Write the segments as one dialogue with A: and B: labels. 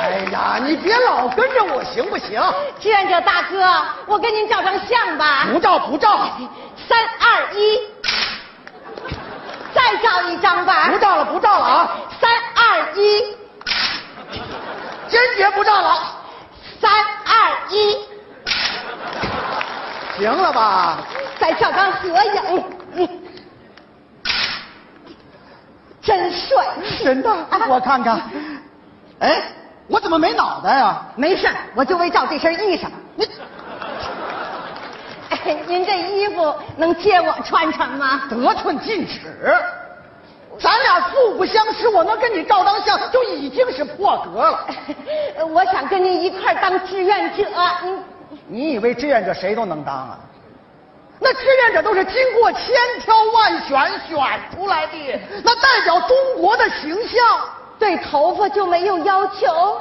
A: 哎呀，你别老跟着我行不行？
B: 志者大哥，我跟您照张相吧。
A: 不照不照，
B: 三二一，再照一张吧
A: 不。照了不照了啊！
B: 三二一，
A: 坚决不照了，
B: 三二一，
A: 行了吧？
B: 再照张合影。嗯真帅，啊
A: 真的，我看看。哎，我怎么没脑袋呀、
B: 没事儿，我就为照这身衣裳。
A: 你
B: 哎，您这衣服能借我穿穿吗？
A: 得寸进尺，咱俩素不相识，我能跟你照张相就已经是破格了。
B: 呃我想跟您一块儿当志愿者。您
A: 你以为志愿者谁都能当啊？那志愿者都是经过千挑万选选出来的，那代表中国的形象。
B: 对头发就没有要求？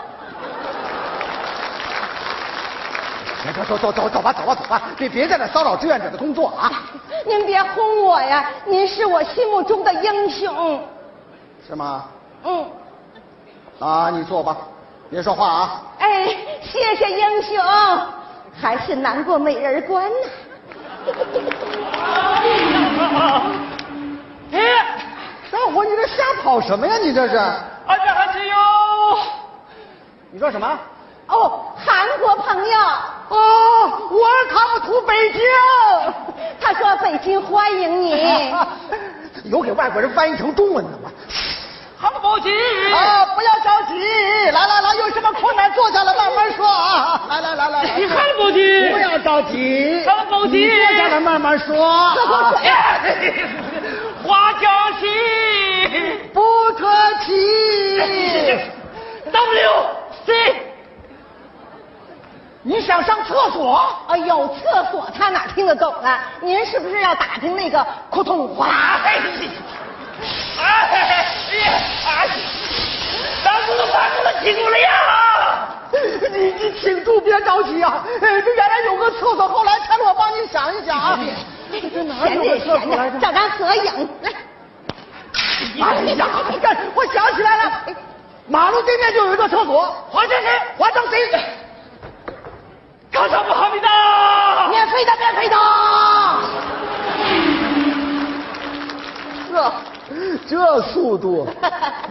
A: 行，走走走走走吧，走吧走吧，别别在这骚扰志愿者的工作啊！
B: 您别轰我呀！您是我心目中的英雄。
A: 是吗？
B: 嗯，
A: 啊，你坐吧，别说话啊！
B: 哎，谢谢英雄，还是难过美人关呐。
C: 你，
A: 大伙，你这瞎跑什么呀？你这是？
C: 俺哎家还只有，
A: 你说什么？
B: 哦，韩国朋友，
A: 哦，Welcome to 北京。
B: 他说北京欢 迎你。
A: 有给外国人翻译成中文的吗？
C: 还不着急。
A: 啊，不要着急，来来来，有什么困难坐下来慢慢说啊！ 来来来来来，
C: 你还不急？
A: 不要着急，
C: 还不着急
A: 你坐下来慢慢说。啊
B: 喝口水
C: 哎 花江西
A: 不客气。
C: W C，
A: 你想上厕所？
B: 哎呦，厕所他哪听得懂啊？您是不是要打听那个扑通哗？
C: 哎呀，哎呀，哎，咱不能把这个停住了呀！
A: 你你请住，别着急啊！呃，这原来有个厕所，后来看我帮你想一想啊。
B: 哎闲
A: 这哪
B: 着
A: 有
B: 也
A: 个厕所
B: 闲
A: 来
B: 着，
A: 着？
B: 照张合影来。
A: 哎呀，你看，我想起来
B: 哎
A: 了，马路对面就有一个厕所，
C: 花江西，
A: 华强谁？
C: 干什么哈密达？
B: 免费的，免费的。
A: 这速度，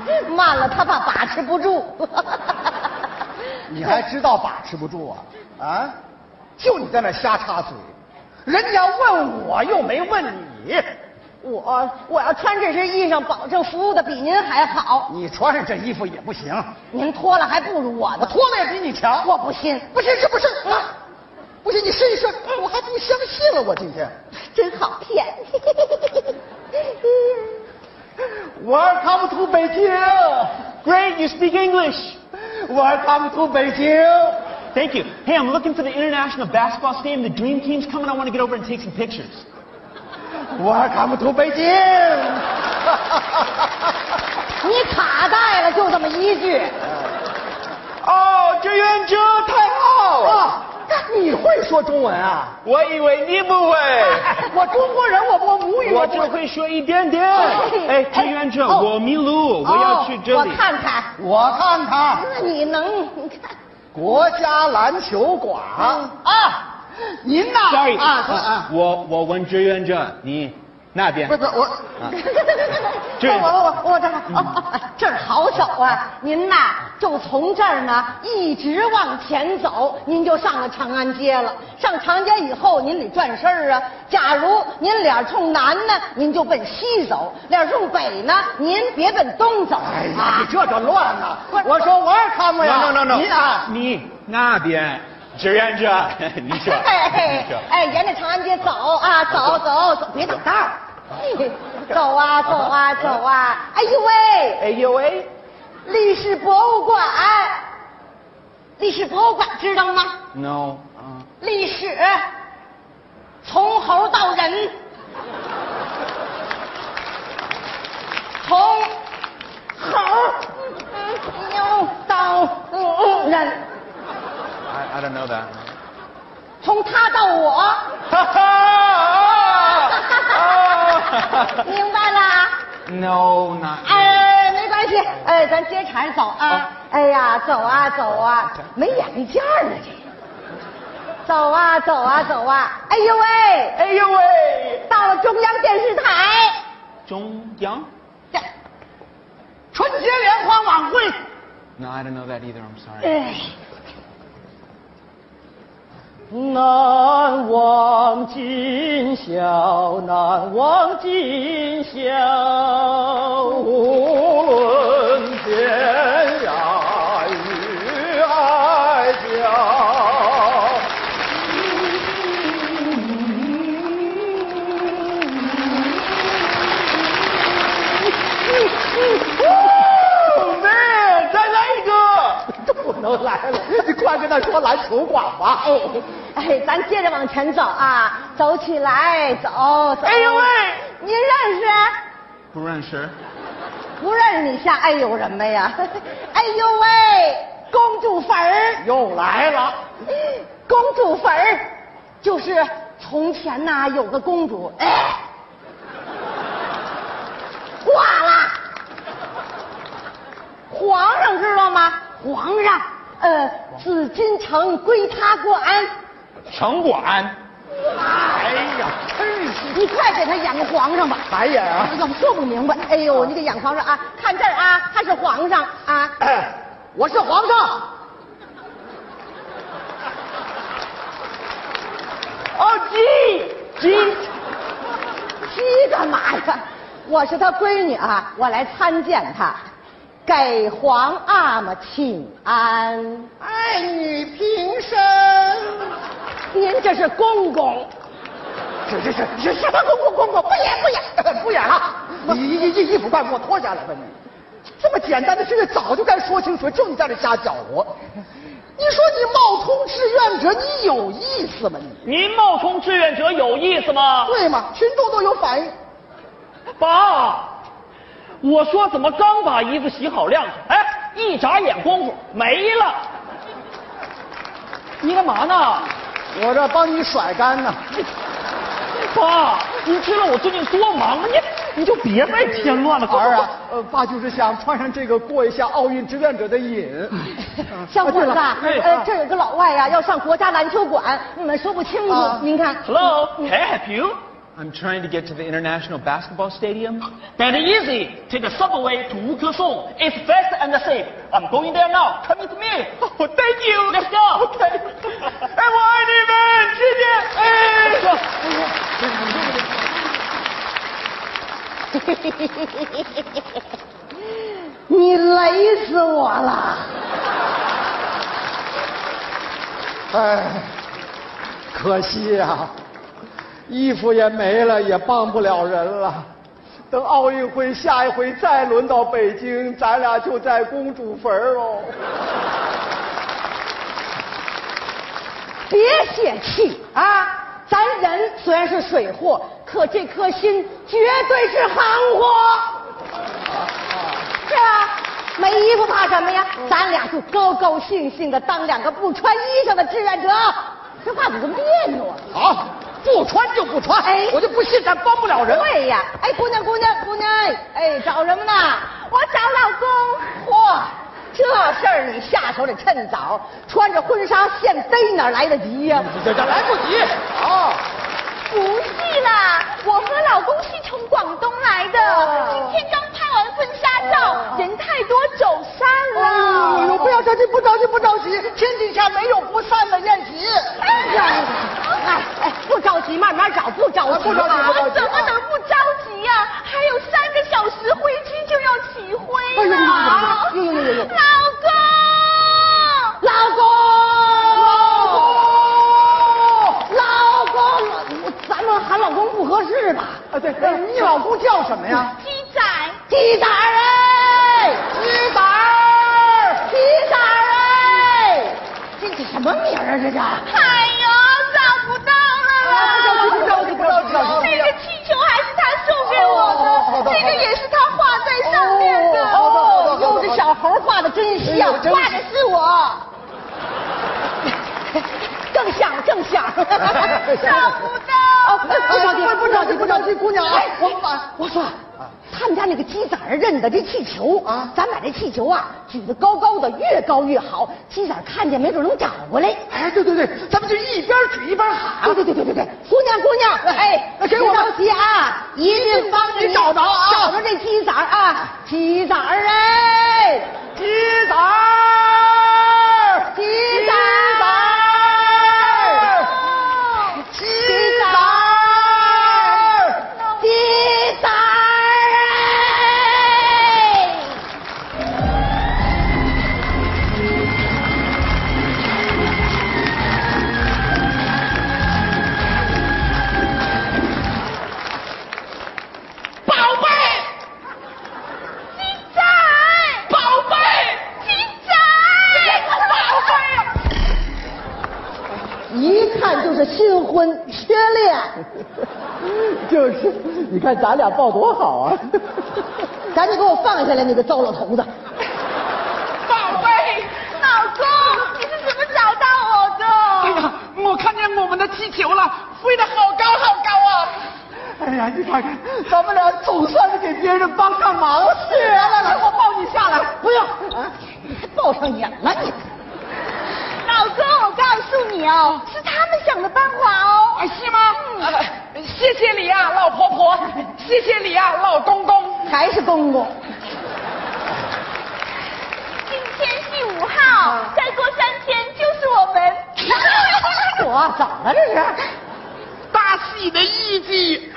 B: 这 慢了，他怕把持不住。
A: 你还知道把持不住啊？啊，就你在那瞎插嘴，人家问我又没问你，
B: 我我要穿这身衣裳，保证服务的比您还好。
A: 你穿上这衣服也不行，
B: 您脱了还不如我
A: 我
B: 呢。
A: 脱了也比你强。
B: 我不信，
A: 不信是不是？啊，不信你试一试，嗯我还不相信了。我今天
B: 真好骗。
A: ，Welcome to 北京
C: ，Great, you speak English.
A: ，Welcome to 北京。
C: Thank you. Hey, I'm looking for the international basketball stadium. The dream team's coming. I want to get over and take some pictures.
A: Welcome to 北京。
B: 你卡带了，就这么一句。
C: 哦，志愿者太好了！
A: 啊，你会说中文啊？
C: 我以为你不会，
A: 我中国人，我我母语
C: 我
A: 不
C: 只会说一点点。
B: 哎
C: 哎，志愿者，
B: 哦
C: 我迷路，我要去这里
B: 哦我。看看，
A: 我看看
B: 那你能？你看，
A: 国家篮球馆啊，您呐
C: Sorry，
A: 啊 啊，
C: 我我问志愿者，你那边
A: 不是不是我，
C: 这
B: 我我我我这儿哦，哎这儿好手啊！您呐，就从这儿呢一直往前走，您就上了长安街了。上长安街以后，您得转身儿啊。假如您脸冲南呢，您就奔西走；脸冲北呢，您别奔东走。
A: 哎呀，
B: 啊
A: 你，这个乱呐
B: 不！是
A: 我说 Welcome 呀
C: No no no no，
A: 您啊，
C: 你那边志愿者，你 说，
B: 哎
C: 你说
B: 哎，沿着长安街走啊，走走走，别挡道儿，走啊走啊走啊！哎呦喂，
C: 哎呦喂，
B: 历史博物馆，历史博物馆知道吗？
C: ，no，嗯 uh,
B: 历史，从猴到人，从猴牛到人，
C: I I don't know that。
B: 从他到我，
C: 哈哈 啊啊
B: 明白啦？
C: ！No，not
B: 哎，没关关系，哎，咱接茬儿走啊！哎呀，走啊走啊，没眼力见儿呢这个。走啊走啊走啊！哎呦喂，
C: 哎呦喂，
B: 到了中央电视台，
C: 中央
B: 这，
A: 春节联欢晚会，
C: ？No, I don't know that either. I'm sorry.
B: 哎，
A: 难忘今宵，难忘今宵，无论天涯与海角。妹，再来一个，不能来了，你快跟他说篮球馆吧。哦，
B: 哎，咱接着往前走啊，走起来，走走。
A: 哎呦喂，
B: 您认识？啊
C: 不认识。
B: 不认识你像哎呦什么呀？ 哎呦喂，公主坟儿。
A: 又来了，
B: 公主坟儿，就是从前呐、有个公主，哎，挂了。皇上知道吗？皇上，呃，紫禁城归他国安。
C: 城管。
A: 哎呀，真是
B: 你快给他演个皇上吧。
A: 白眼啊！
B: 怎么说不明白？哎呦，你给演皇上啊！看这儿啊，他是皇上啊。
A: 哎我是皇上。
B: 哦，鸡鸡鸡干嘛呀？我是他闺女啊，我来参见他，给皇阿玛请安。
A: 爱女平身，
B: 您这是公公，
A: 这这这这什么公公公公？不演不演不演了！你衣衣衣服快给我脱下来吧你！这么简单的事情早就该说清楚，就你在这瞎搅和。你说你冒充志愿者，你有意思吗你？
C: 您冒充志愿者有意思吗？
A: 对吗？群众都有反应。
C: 爸，我说怎么刚把衣服洗好晾上，哎，一眨眼功夫没了。你干嘛呢？
A: 我这帮你甩干呢。
C: 爸，您知道我最近多忙吗？你你就别再添乱了，
A: 儿啊，呃，爸就是想穿上这个过一下奥运志愿者的瘾。
B: 小伙子啊，
C: 哎
B: 呃，这有个老外呀、要上国家篮球馆，你们说不清楚。
A: 啊
B: 您看，
C: Hello, can I help you? I'm trying to get to the international basketball stadium. That is easy. Take the subway to Wuke Song. It's fast and safe. I'm going there now. Come with me. Oh, thank you. Let's go. Okay. 哎，我爱你们，谢谢。哎，
B: 你雷死我了！
A: 哎，可惜呀、衣服也没了，也帮不了人了。等奥运会下一回再轮到北京，咱俩就在公主坟儿哦。
B: 别泄气啊！咱人虽然是水货，可这颗心绝对是行货。是啊，没衣服怕什么呀？咱俩就高高兴兴的当两个不穿衣裳的志愿者。这话怎么这么别扭啊？
A: 好，不穿就不穿，
B: 哎
A: 我就不信咱帮不了人。
B: 对呀，哎，姑娘，姑娘，姑娘，哎，找什么呢？我找老公。嚯，这事儿你下手得趁早，穿着婚纱现逮哪儿来得及呀、哦
A: 这这来不及。好，
B: 不是啦，我和老公是从广东来的，
A: 哦
B: 今天刚拍完婚纱照，人太多走散了。
A: 哎呦，不要着急，不着急，不着急，天底下没有不散的宴席。
B: 哎呀，哎哎，不着急，慢慢找，不着急嘛，
A: 啊
B: 啊
A: 不着急不着急
D: 怎么能不着急呀、还有三个小时飞机就要起
A: 哎
D: 飞
A: 呦
D: 了。
A: 呦呦呦呦呦呦
D: 老公，
B: 老公，老公，我咱们喊老公不合适吧？
A: 啊，对，哎你老公叫什么呀？
D: 鸡仔，
B: 鸡仔儿哎，鸡仔儿，鸡仔儿哎，这这什么名儿啊？这叫？
D: 哎呦，找不到
A: 哎
D: 了。
A: 不着急不着急不着急
D: 这个气球还是他送给我的，
A: 哦好的好的
D: 这个也是他画在上面的。
A: 哦好的好的好的
B: 哟，这小猴画的真
A: 哎呦
B: 像，
A: 真是
B: 画的是我，正像正像。
D: 找不到
B: 哦，不着急，
A: 不不着急不着急姑娘啊
B: 哎
A: 我们把
B: 我说，他们家那个鸡崽儿认得这气球
A: 啊
B: 咱把这气球啊举得高高的，越高越好，鸡崽儿看见没准能找过来。
A: 哎，对对对，咱们就一边举一边喊。
B: 对对对对对对，姑娘姑娘，哎，
A: 给我
B: 别
A: 们
B: 着急啊，一定帮着
A: 你找着啊
B: 找着这鸡崽儿啊，鸡崽儿哎，
A: 鸡崽儿，
B: 鸡崽儿，
A: 鸡崽儿，
B: 鸡崽儿哎。
D: 宝贝，鸡仔，宝贝，鸡仔，宝贝。
B: 一看就是新婚缺恋，
A: 就是，你看咱俩抱多好啊！
B: 赶紧给我放下来，你个糟老头子！
D: 宝贝，老公，你是怎么找到我
C: 哎
D: 的？
C: 呀，我看见我们的气球了，飞得好高好高啊！
A: 哎呀，你看看，咱们俩总算是给别人帮上忙了。是啊，来来，我抱你下来。
B: 不用，啊，还抱上瘾了你。
D: 老公，我告诉你哦，是他们想的办法哦。
B: 哎
C: 啊，是吗？啊，谢谢你啊，老婆婆，谢谢你啊，老公公。
B: 还是公公，
D: 今天是五号，
B: 啊
D: 再过三天就是我 们。
B: 我怎么了这是？
C: 大喜的意气，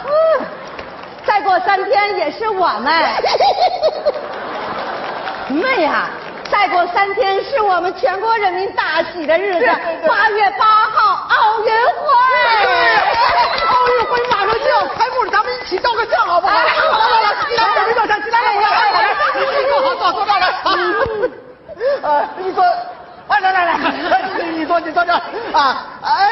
B: 嗯， 再过三天也是我 们。什么呀？再过三天是我们全国人民大喜的日子
A: 对对，对
B: 八月八号奥运会。
A: 奥运会马上就要开幕了，咱们一起照个相好不好？来来来，来来，准备照相，起来来，我来我来，你坐好坐坐这儿来啊！呃，你坐，啊来来来，你你坐你坐这啊！哎
D: 哎哎